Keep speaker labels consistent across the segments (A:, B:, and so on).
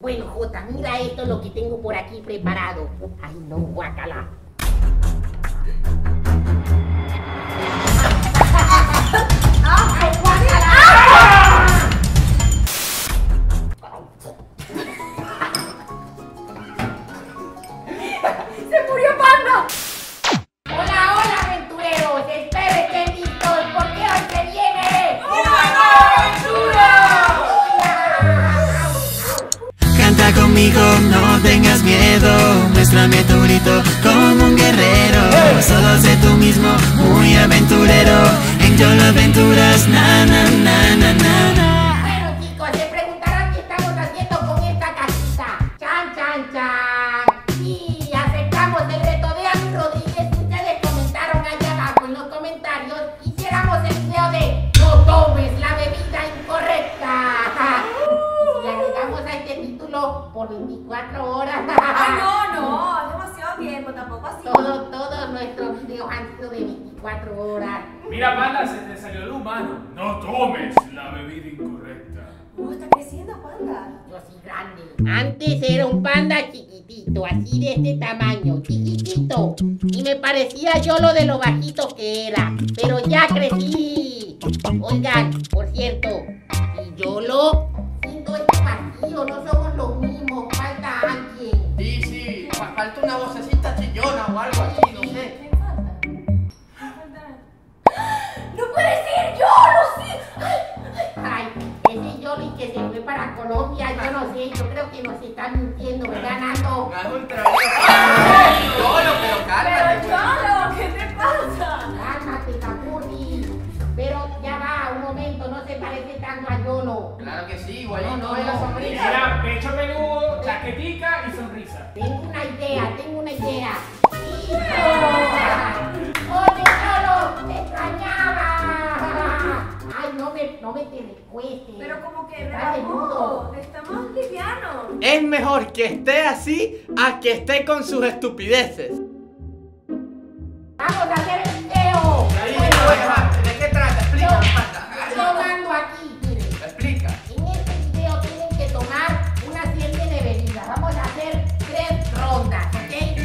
A: Bueno, Jota, mira esto lo que tengo por aquí preparado. Ay, no, guácala. ¡Ay, guácala! ¡Se murió Panda! Hola, hola, aventureros. Espero estén listos porque hoy se viene. ¡Una aventura!
B: Canta conmigo, no tengas miedo. Muéstrame tu grito como un guerrero. Solo sé tú mismo, muy aventurero. En Yolo Aventuras, na na na na na na.
A: Bueno chicos, se preguntarán qué estamos haciendo con esta casita. Chan, chan, chan. Sí, aceptamos el reto de Ami Rodríguez. Ustedes comentaron allá abajo en los comentarios. Hiciéramos el video de no tomes la bebida incorrecta. Y le agregamos a este título por 24 horas.
C: Ay, no, no, es demasiado tiempo, tampoco así.
A: Todos, todos nuestros videos han sido de 24 horas.
D: Mira, panda, se te salió el humano. No tomes la bebida incorrecta.
C: Uh, está creciendo, Panda.
A: Yo soy grande. Antes era un panda chiquitito, así de este tamaño, chiquitito. Y me parecía yo lo de lo bajito que era. Pero ya crecí. Oigan, por cierto, y yo lo siento este partido, no somos los mismos, falta alguien.
E: Sí, sí, fa- falta una vocecita chillona o algo así, no sé.
C: ¿Quién falta? ¿Quién falta? ¡No puede ser! ¡Yo no sé! Ay,
A: Ay, ese Yoli que se fue para Colombia, yo no sé, yo creo que nos están mintiendo, ¿verdad, Nato?
E: Haz un trabajo. ¡Ay, Yolo, pero
C: ay.
E: cálmate,
C: ¡Pero
E: pues.
C: Cholo! ¿Qué te pasa?
A: Cálmate, Capurri. Pero ya va, un momento, no se parece tanto a Yolo.
E: Claro que sí, igual no,
A: No,
E: no, es
A: no.
E: la sombrilla.
D: Mira, pecho peludo, chaquetica y sonrisa.
A: Tengo una idea, tengo una idea. ¡Hijo! ¡Oye, Yolo! ¡Te extrañaba! Ay, no me, no me te recuestes.
C: Pero como que
A: Está desnudo.
C: relajó. Está más liviano.
E: Es mejor que esté así a que esté con sus estupideces.
A: ¡Vamos a hacer el video!
E: ¿De qué trata? Explica,
A: Yo mando aquí, miren.
E: Explica.
A: En este video tienen que tomar una serie de bebidas. Vamos a hacer tres rondas, ¿ok?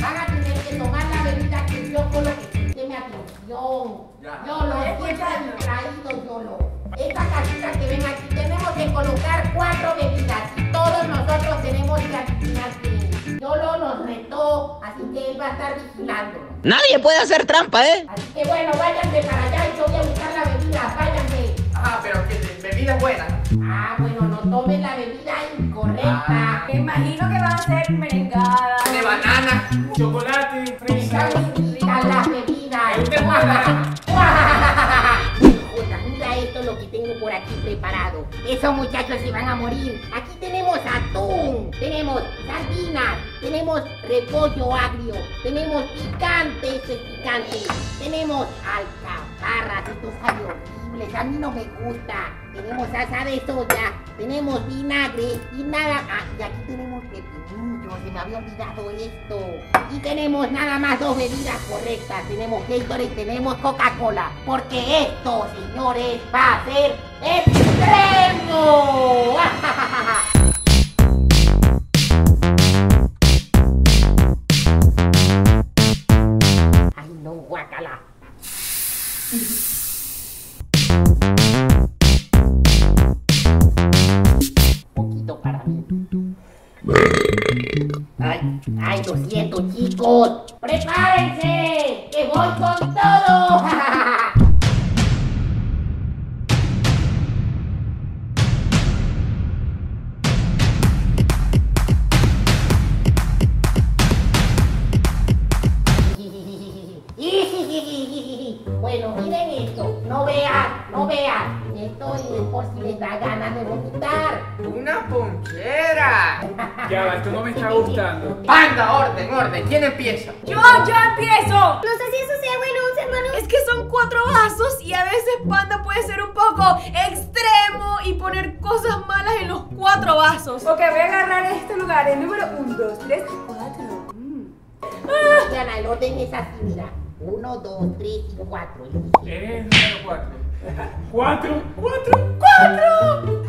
A: Van a tener que tomar la bebida que yo coloqué. Deme atención.
E: Ya.
A: Yo lo
C: Estoy
A: siempre
C: escuchando.
A: distraído, yo lo. Esta casita que ven aquí, tenemos que colocar cuatro bebidas. Y todos nosotros tenemos que adivinar qué es. Yolo nos retó, así que él va a estar vigilando.
F: Nadie puede hacer trampa, ¿eh?
A: Así que bueno, váyanse para allá y yo voy a buscar la bebida. Váyanse.
E: Ajá, pero que de- bebida buena.
A: Ah, bueno, no tomen la bebida incorrecta.
E: Ah.
C: Me imagino que van a ser merengadas.
E: De banana.
D: Chocolate, fresa.
A: Están las bebidas.
D: Ahí te guarda.
A: Jota, mira esto lo que tengo por aquí preparado. Esos muchachos se van a morir. Aquí tenemos atún, tenemos sardinas, tenemos repollo agrio, tenemos picante, este es picante, tenemos alcaparras, esto sabe horrible, Pues a mí no me gusta. Tenemos salsa de soya, tenemos vinagre y nada más. Ah, Y aquí tenemos pepinillo, se me había olvidado esto. Y tenemos nada más dos bebidas correctas. Tenemos Gatorade y tenemos Coca-Cola. Porque esto, señores, va a ser extremo. Ay, no, guacala. Poquito para mí. Ay, ay, lo siento, chicos. ¡Prepárense! ¡Que voy con todo! Bueno, miren esto. No vean, no vean. Esto es por si les da ganas de vomitar.
E: Una ponchera.
D: Ya va, esto no me está gustando.
E: Panda, orden, orden. ¿Quién empieza?
C: ¡Yo, yo empiezo! No sé si eso sea bueno, hermano. Es que son cuatro vasos y a veces Panda puede ser un poco extremo y poner cosas malas en los cuatro vasos. Ok, voy a agarrar este lugar, el número 1, 2, 3, 4.
A: Oigan, el orden es así, mira. Uno, dos, tres y cuatro.
D: Eres número 4. Cuatro, cuatro.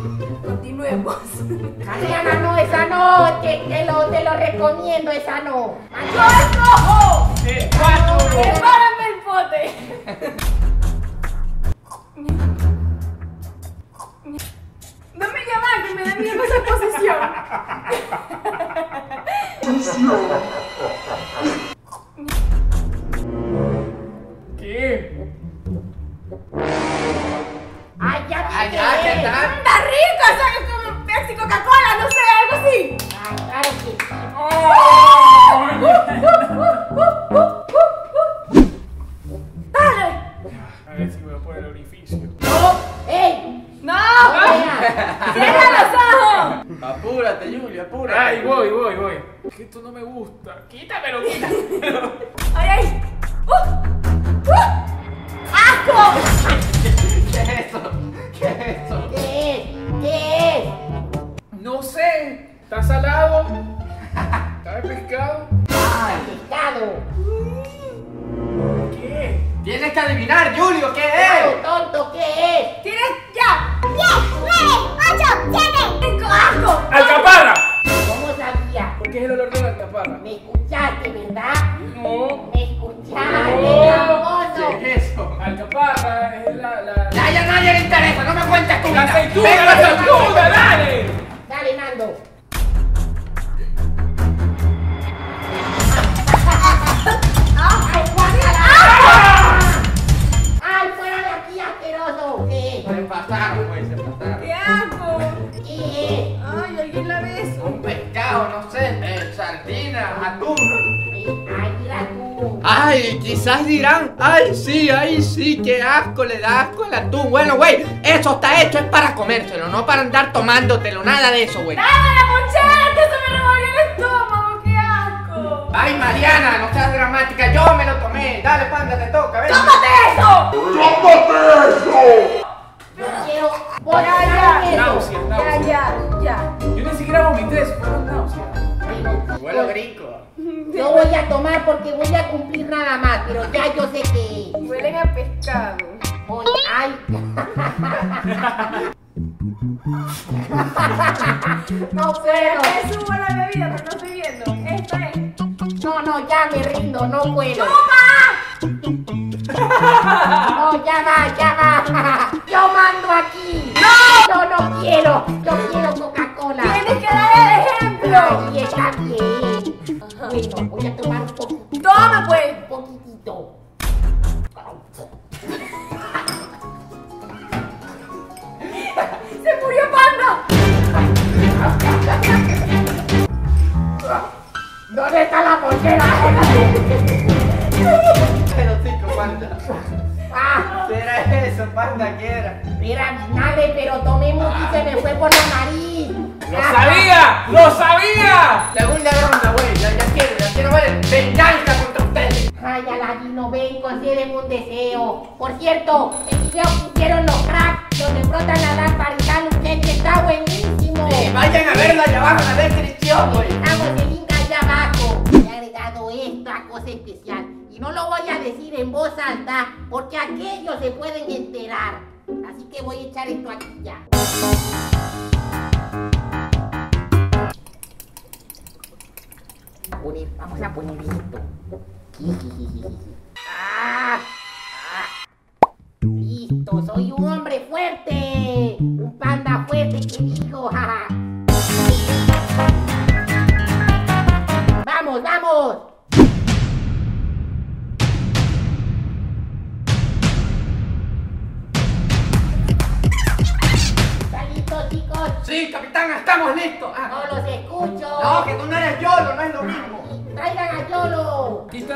C: Continuemos.
A: Adriana, no, esa no. Te, te lo, te lo recomiendo, esa no.
C: ¡Yo es rojo!
E: De cuatro.
C: ¡Prepárame el pote! Dame llamar, que me da miedo esa posición.
D: ¿Qué?
A: Ay, ya vi
E: Ay,
A: qué
E: ya,
A: es.
E: ¿qué tal?
C: ¡Está rico! O sea, es como Pepsi, Coca-Cola, no sé, algo así.
A: Ay, claro que sí.
C: ¡Dale!
D: A ver si voy a poner el orificio.
A: No, ey,
C: ¡No!
A: no veas.
C: ¡Cierra los ojos!
E: Apúrate, Julio, apúrate.
D: Ay, voy, voy, voy. Es que esto no me gusta. Quítamelo, quítamelo.
C: ¡Ay, ay! ¡Uh! ¡Uh! ¡Asco!
E: ¿Qué es eso? ¿Qué es eso?
A: ¿Qué es? ¿Qué es?
D: No sé. ¿Está salado? ¿Está de pescado?
A: Pescado.
D: ¿Qué?
E: Tienes que adivinar, Julio, ¿qué
A: Claro,
E: es?
A: tonto, ¿qué es?
C: ¡Tienes ya! ¡10, 9, 8, 7! ¡Cinco!
E: Ah.
C: ¡Asco!
D: ¡Alcaparra!
A: ¿Cómo sabía?
D: ¿Por qué es el olor de la alcaparra?
A: Me escuchaste, ¿verdad?
D: No.
A: Me escuchaste,
D: No.
A: famoso.
E: ¿Qué es eso?
D: Alcaparra es la... la...
E: Ya, ya nadie le interesa, no me cuentes tú.
D: ¡La
E: mira.
D: aceituna!
E: Venga,
D: ¡La aceituna! ¡Dale!
A: Dale, Nando. ¡Ay, guácala! ¡Ay, fuera de aquí, asqueroso! ¿Qué
E: Se pasaron, güey, se pasaron.
C: ¡Qué asco!
A: es? ¿Qué
C: ¡Ay, alguien la beso!
E: Un pescado, no sé, eh, sardina, atún.
A: es? ¡Ay, mira tú!
E: Ay, quizás dirán, ay sí, ay sí, qué asco, le da asco el atún. Bueno, güey, eso está hecho, es para comérselo, no para andar tomándotelo, nada de eso, güey.
C: ¡Dame la mochila que se me revolvió el estómago! ¡Qué asco!
E: Ay, Mariana, no seas dramática, yo me lo tomé. Dale, panda, te toca, ven.
C: ¡Tómate eso!
A: ¡Yo quiero volar eso!
D: Náuseas,
C: Ya,
D: náuseas.
C: ya, ya.
D: Yo ni siquiera vomité, eso fueron náuseas.
E: Vuelo gringo.
A: Yo voy a tomar porque voy a cumplir nada más, pero ya yo sé que...
C: Huelen a pescado.
A: Voy- ¡Ay! No puedo.
C: Pero que subo la bebida, pero no estoy viendo. Esta es.
A: No, no, ya me rindo, no puedo.
C: ¡Toma!
A: No, ya va, ya va. Yo mando aquí. Yo no quiero. Yo quiero Coca-Cola.
C: ¡Tienes que dar el ejemplo!
A: Y está bien. Bueno, voy a tomar un poquitito.
C: ¡Toma, pues!
A: Un poquitito.
C: ¡Se murió Panda!
A: ¿Dónde está la mochila?
E: Pero tico, panda.
A: Ah,
E: ¿Qué era eso, panda? ¿Qué era?
A: era mi madre, pero tomé mucho y se me fue por la nariz.
D: ¡Lo sabía! ¡Lo sabía!
E: Segunda ronda, güey. Ya, ya quiero, ya quiero ver venganza contra ustedes.
A: Ah, Ay, Aladino, ven, concédeme un deseo. Por cierto, el video que hicieron los cracks, donde brotan la lámpara y dan un cheque, está buenísimo.
E: Y vayan a verla allá abajo en la descripción, güey.
A: Estamos en link allá abajo. He agregado esta cosa especial. Y no lo voy a decir en voz alta, porque aquellos se pueden enterar. Así que voy a echar esto aquí ya. Vamos a poner, vamos a poner esto. Ah, ah. Listo, soy un hombre fuerte, un panda fuerte que digo, jaja. ¡Vamos, vamos! ¿Están listos, chicos?
E: Sí, capitán, estamos listos. Ah,
A: ¡No los escucho!
E: no, que tú no eres YOLO, no es lo mismo.
A: ¡Traigan a Yolo!
D: Aquí está.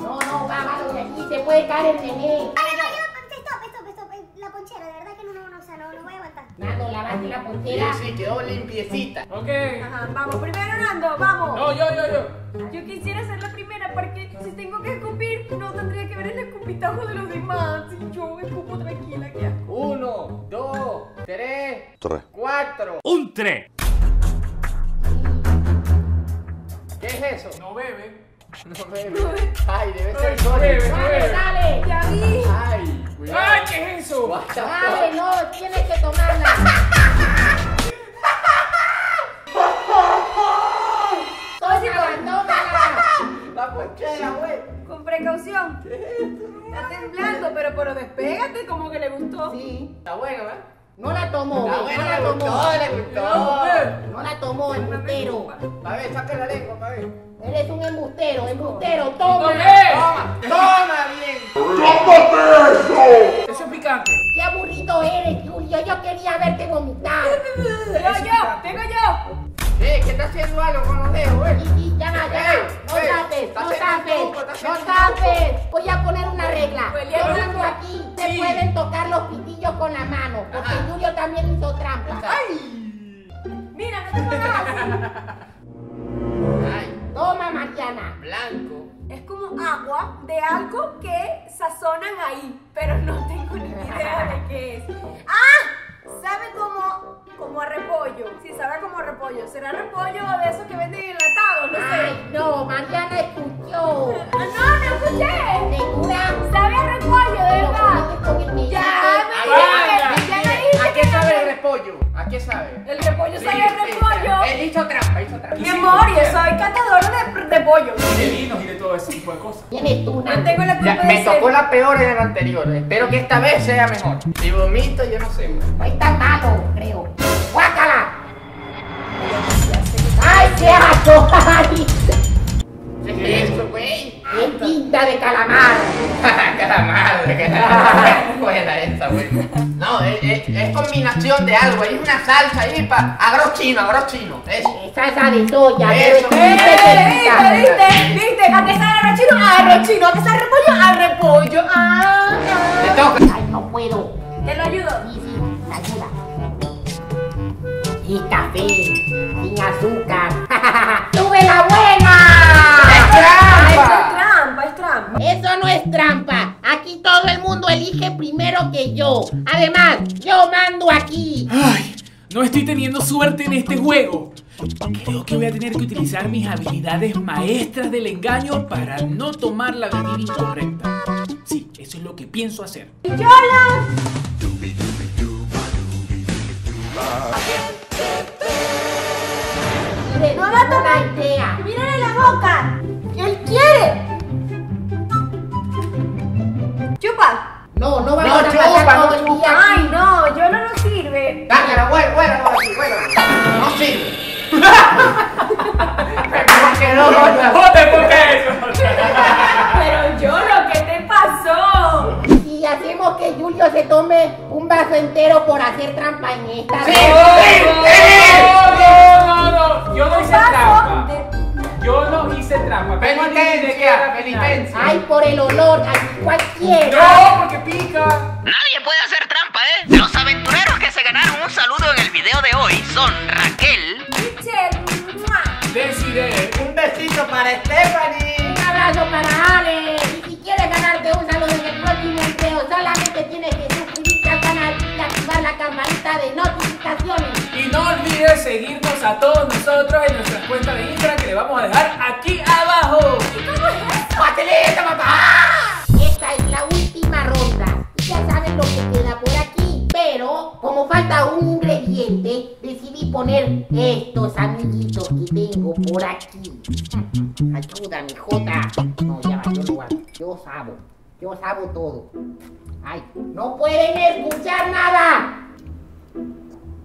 A: No, no, bájalo de aquí, se puede caer el nené.
G: Stop, stop, stop. La ponchera, de verdad que no, no, no, o sea, no, no voy a aguantar.
A: Nando, lavaste la
E: Sí,
A: puntera.
E: sí, quedó limpiecita.
D: Ok.
C: Ajá, vamos, primero Nando, vamos.
D: No, yo, yo, yo.
C: Yo quisiera ser la primera porque si tengo que escupir, no tendría que ver el escupitajo de los demás. Si yo escupo tranquila, ¿qué asco?
E: Uno, dos, tres, cuatro.
D: Un tres.
E: ¿Qué es eso?
D: No bebe.
E: No, bebe. Ay, debe
D: Ay,
E: ser
D: no
E: sólido.
D: bebe, no
A: ¡Dale,
D: bebe.
A: dale!
C: Ya vi.
E: Ay,
D: ¡Ay, qué es eso!
A: Dale, no, tienes que tomarla. Tómala, tómala.
E: La ponchera, güey.
C: Con precaución. Está temblando, pero, pero despégate como que le gustó.
A: Sí.
E: Está bueno, ¿eh?
A: No la tomó,
E: Está
A: güey, no la
E: Ah, bueno, le
A: tomó.
E: gustó, le gustó.
A: No la tomó, embustero.
E: Pa' ver, saca la lengua, pa' ver.
A: Eres un embustero, embustero, toma.
E: Toma, toma bien.
D: Eso es picante.
A: Qué aburrido eres, Julio. Yo quería verte vomitar.
C: Tengo yo, tengo yo.
E: Eh, que está haciendo algo con los dedos, güey.
A: Sí, sí, ya, ya. No
E: Ey, ey,
A: tapes,
E: está
A: no
E: haciendo
A: tapes,
E: truco, está
A: no
E: haciendo Pues,
A: tapes. Voy a poner una regla.
C: Huele a
A: Yo
C: truco.
A: mando aquí. Se
D: Sí.
A: pueden tocar los pitillos con la mano. Porque
E: Ajá.
A: Julio también hizo trampa.
C: Mira, no te pongas así.
E: Ay,
A: Toma, Mariana.
E: blanco.
C: Es como agua de algo que sazonan ahí, pero no tengo ni idea de qué es. ¡Ah! Sabe como, como a repollo. Sí, sabe como a repollo. ¿Será repollo de esos que venden enlatados? No sé.
A: Ay, no, Mariana escuchó.
C: Ah, ¡No, no escuché!
A: Segura.
C: Sabe a repollo, de verdad.
A: Pero con el
C: Ya,
A: pellizco.
E: Ay,
C: ya,
E: ay,
C: ya
E: ay,
C: me
E: mire,
C: dijiste
E: ¿A qué
C: que
E: sabe
C: no-
E: el repollo? ¿A qué sabe?
C: El repollo
E: Sí,
C: sabe a
E: sí,
C: repollo.
E: Él hizo trampa, hizo trampa.
C: Mi amor, yo soy catadora de, de pollo.
D: De vinos y de todo ese tipo de cosas.
A: Tienes tú
C: No
A: una.
C: tengo la
E: Ya,
C: culpa
E: me
C: de
E: tocó
C: ser.
E: la peor en el anterior. Espero que esta vez sea mejor. Si vomito, yo no sé. güey.
A: No es tan malo, creo. ¡Guácala! ¡Ay, qué asco! ¡Ay!
E: ¿Qué es eso, güey?
A: ¡Es tinta de calamar!
E: Cara madre, cara buena esa, güey. No, es, es- es combinación de algo. Es una salsa ahí para agro chino, agro chino. Eso.
A: Es salsa de soya, pero es
C: ¡Eh,
E: Eso.
A: tinta de
C: eh,
A: tinta.
C: ¿Viste? ¿Viste? ¿Viste? ¿A qué sabe arroz chino? A arroz chino. ¿A qué sabe repollo? A repollo. Ah,
E: Te
C: ah.
E: toca.
A: ¡Ay, no puedo!
C: Te lo ayudo.
A: Sí, sí, ayuda. Y café, sin azúcar. ¡Tuve la
E: ¡Es
A: buena!
C: Ah, esto es
E: trampa!
C: trampa, es trampa.
A: Eso no es trampa. Aquí todo el mundo elige primero que yo. Además, yo mando aquí.
D: Ay, no estoy teniendo suerte en este juego. Creo que voy a tener que utilizar mis habilidades maestras del engaño para no tomar la bebida incorrecta. Sí, eso es lo que pienso hacer.
C: ¡Yola!
A: No va a tomar idea.
C: ¡Mírale la boca! ¡Él quiere! ¡Chupa!
A: No, no
E: No,
A: vamos a
E: chupa,
A: pasar
E: no
A: todo el día aquí.
C: ¡Ay, no! ¡Yola no sirve!
E: Cállala, bueno, bueno, bueno, bueno. No sirve. Mejor que no, no, no.
C: ¡Pero Yola, qué te pasó!
A: Si hacemos que Julio se tome un vaso entero por hacer trampa en esta.
E: Sí,
A: vez.
E: sí, sí.
D: no, no, no, yo no hice
C: ¡Paso!
D: trampa.
C: de-
D: Yo no hice trampa. ¿Cómo adivines de qué era
E: Penitencia,
D: la final?
E: penitencia.
A: Ay, por el olor, ay, cualquiera.
D: No, porque pica.
F: Nadie puede hacer trampa, ¿eh? Los aventureros que se ganaron un saludo en el video de hoy son Raquel,
C: Michelle, ¡mua!
D: Decidé.
E: Un besito para este. Stephanie.
A: Un abrazo para Ale. Y si quieres ganarte un saludo en el próximo video, solamente tienes que suscribirte al canal y activar la campanita de notificaciones.
D: Y no olvides seguirnos a todos nosotros en nuestra cuenta de Instagram que le vamos a dejar aquí abajo.
E: Facilita, papá.
A: Esta es la última ronda. Y Ya saben lo que queda por aquí. Pero, como falta un ingrediente, decidí poner estos amiguitos que tengo por aquí. Ayúdame, Jota. No, ya va, yo lo hago. Yo sabo. Yo sabo todo. Ay, no pueden escuchar nada.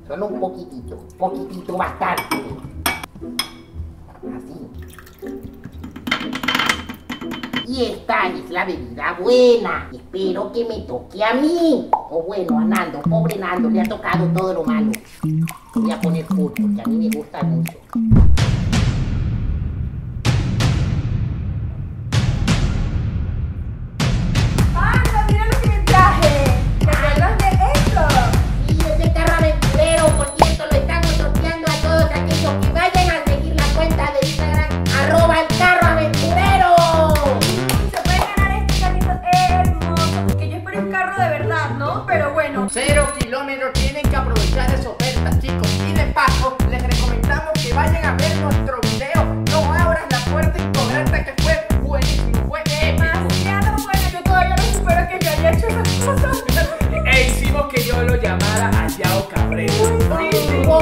A: Solo un poquitito. Poquitito bastante. Así. Y esta es la bebida buena. Espero que me toque a mí. O bueno, a Nando. Pobre Nando, le ha tocado todo lo malo. Voy a poner full porque a mí me gusta mucho.
C: ¡Panda, mira lo que me traje! ¿Te acuerdas de esto?
A: Y ese carro aventurero, por cierto, lo estamos sorteando a todos aquellos que vayan a seguir la cuenta de Instagram, arroba el carro aventurero.
C: Se puede ganar este carrito hermoso, que yo espero un carro de verdad, ¿no? Pero bueno.
E: Cero kilómetros tienen que aprovechar esa oferta, chicos. Y de paso, les recomendamos que vayan a ver nuestro video. No abras la puerta incoherente que fue buenísimo, fue épico.
C: Demasiado bueno, yo todavía no supero que yo haya hecho esas cosas.
D: E
C: Oh,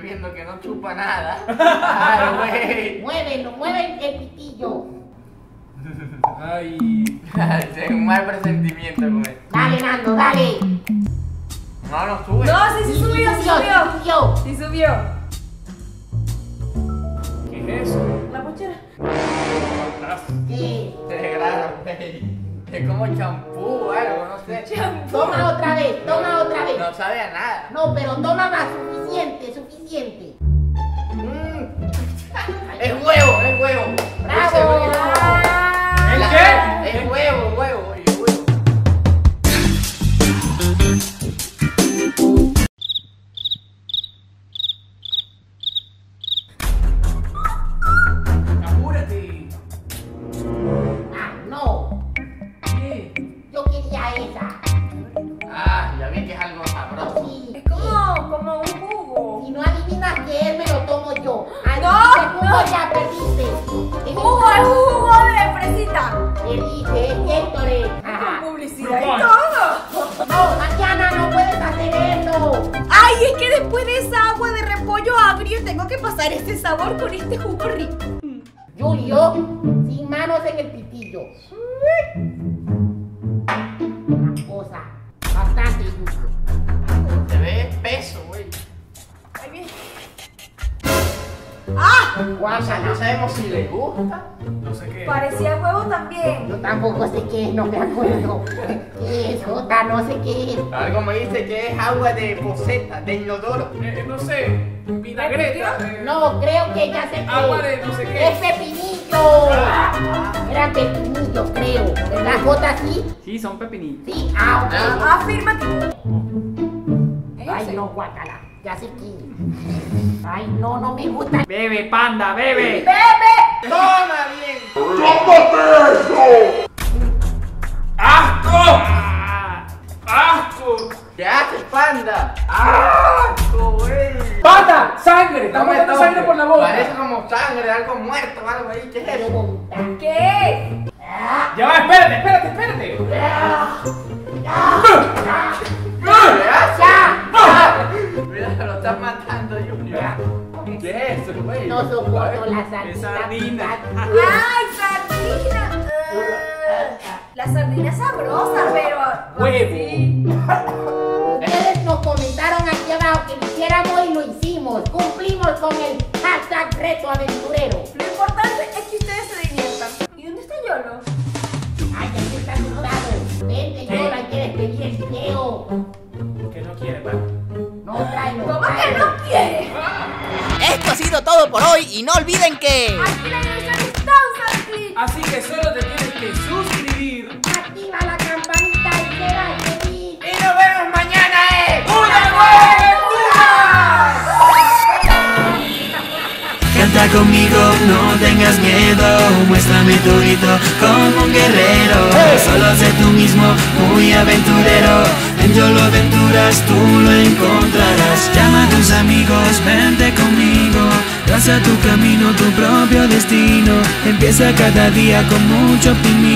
E: diciendo que no chupa nada. Ay, güey.
A: Muévelo, mueve el pitillo.
D: Ay.
E: Tengo un mal presentimiento, güey.
A: Dale, Nando, dale.
E: No, no sube.
C: No, sí, sí subió, sí subió.
A: subió.
C: Sí subió.
D: ¿Qué es eso?
C: La pochera.
A: Sí.
E: Se degrada, güey. Es como champú o algo, no sé.
A: Toma otra vez, toma otra vez.
E: No sabe a nada.
A: No, pero toma más, suficiente, suficiente.
E: Es huevo, es huevo. Ese
A: ¡Bravo!
E: huevo.
D: ¿El qué?
E: Es huevo, huevo, es huevo.
D: Apúrate.
A: ¡Ah, no!
D: ¿Qué?
A: Yo quería esa.
E: Ah, ya vi que es algo sabroso.
A: Sí.
C: Es como, como un jugo.
A: Si no adivinas qué es, me lo tomo yo. Al
C: No,
A: no,
C: no.
A: ya perdiste. Es
C: Jugo es un jugo de fresita.
A: Perdiste, es Héctor. eh".
C: Con
A: Ajá.
C: publicidad y
D: Broma.
C: todo.
A: No, Mariana, no puedes hacer eso.
C: Ay, es que después de esa agua de repollo agrio tengo que pasar este sabor con este jugo rico.
A: Julio, sin manos en el pitillo. Cosa, bastante Julio.
E: Se ve espeso, güey.
C: Ay, bien. ¡Ah!
E: O sea, no
A: Guácala.
E: sabemos si le gusta.
D: No sé qué.
C: Parecía huevo también.
A: Yo tampoco sé qué es, no me acuerdo. ¿Qué es, Jota? No sé qué es.
E: Algo me dice que es agua de poseta, de inodoro.
D: Eh, eh, no sé. Vinagreta. eh,
A: No, creo que ya sé qué.
D: Agua de no sé qué.
A: ¡Es pepinillo! Eran pepinillos, creo. ¿Verdad, Jota? Sí.
H: Sí, son pepinillos.
A: Sí, ah, ok.
C: Afirma
A: Ay, no, guácala. Ya sé qué. Ay, no, no me gusta.
H: Bebe, panda, bebe.
C: ¡Bebe!
E: ¡Toma bien!
D: ¡Asco! ¡Asco!
E: ¿Qué haces, panda? ¡Asco, güey!
D: ¡Pata! ¡Sangre! ¡Está
E: No me
D: botando
E: toques.
D: sangre por la boca!
E: Parece como sangre, algo muerto, o algo ahí. ¿Qué es
A: Pero
E: eso?
A: voluntad.
C: ¿Qué?
D: Ya va, espérate, espérate, espérate.
E: ¿Qué haces?
A: ¡Ya!
E: ¡Ah! Mira, lo estás matando, Junior. ¿Qué es eso, güey?
A: No soporto
E: Ay,
A: la sardina.
H: esa harina.
A: picante. Ah,
C: ¡Ay, sardina! Ah, La sardina es sabrosa, pero.
D: Huevo.
C: Sí.
A: Ustedes nos comentaron aquí abajo que lo hiciéramos y lo hicimos. Cumplimos con el hashtag reto aventurero.
C: Lo importante es que ustedes se diviertan. ¿Y dónde está Yolo?
A: Ay, aquí está asustado. Vente, Yola, hay que despedir el video.
D: Que no quiere, ¿verdad?
A: No, tráelo.
C: ¿Cómo que
A: tráelo.
C: no quiere?
F: Esto ha sido todo por hoy y no olviden que...
C: Aquí la dirección es Thousand Click.
D: Así que solo te tienes que suscribir.
A: Activa la campanita y será feliz.
E: Y nos vemos mañana, eh.
B: Canta conmigo, no tengas miedo, muéstrame tu grito como un guerrero. Solo sé tú mismo, muy aventurero. En yo lo aventuras, tú lo encontrarás. Llama a tus amigos, vente conmigo. Traza tu camino, tu propio destino. Empieza cada día con mucho optimismo.